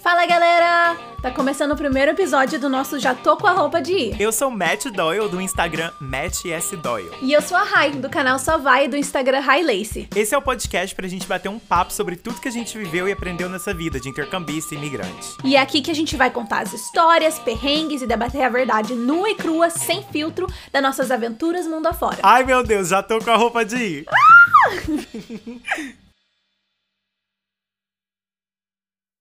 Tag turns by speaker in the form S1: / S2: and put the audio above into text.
S1: Fala galera! Tá começando o primeiro episódio do nosso Já Tô Com a Roupa de Ir.
S2: Eu sou Matt Doyle do Instagram Matt S. Doyle.
S1: E eu sou a Rai, do canal Só Vai e do Instagram Rai Lace.
S2: Esse é o podcast pra gente bater um papo sobre tudo que a gente viveu e aprendeu nessa vida de intercambista e imigrante.
S1: E é aqui que a gente vai contar as histórias, perrengues e debater a verdade nua e crua, sem filtro, das nossas aventuras mundo afora.
S2: Ai meu Deus, já tô com a roupa de ir.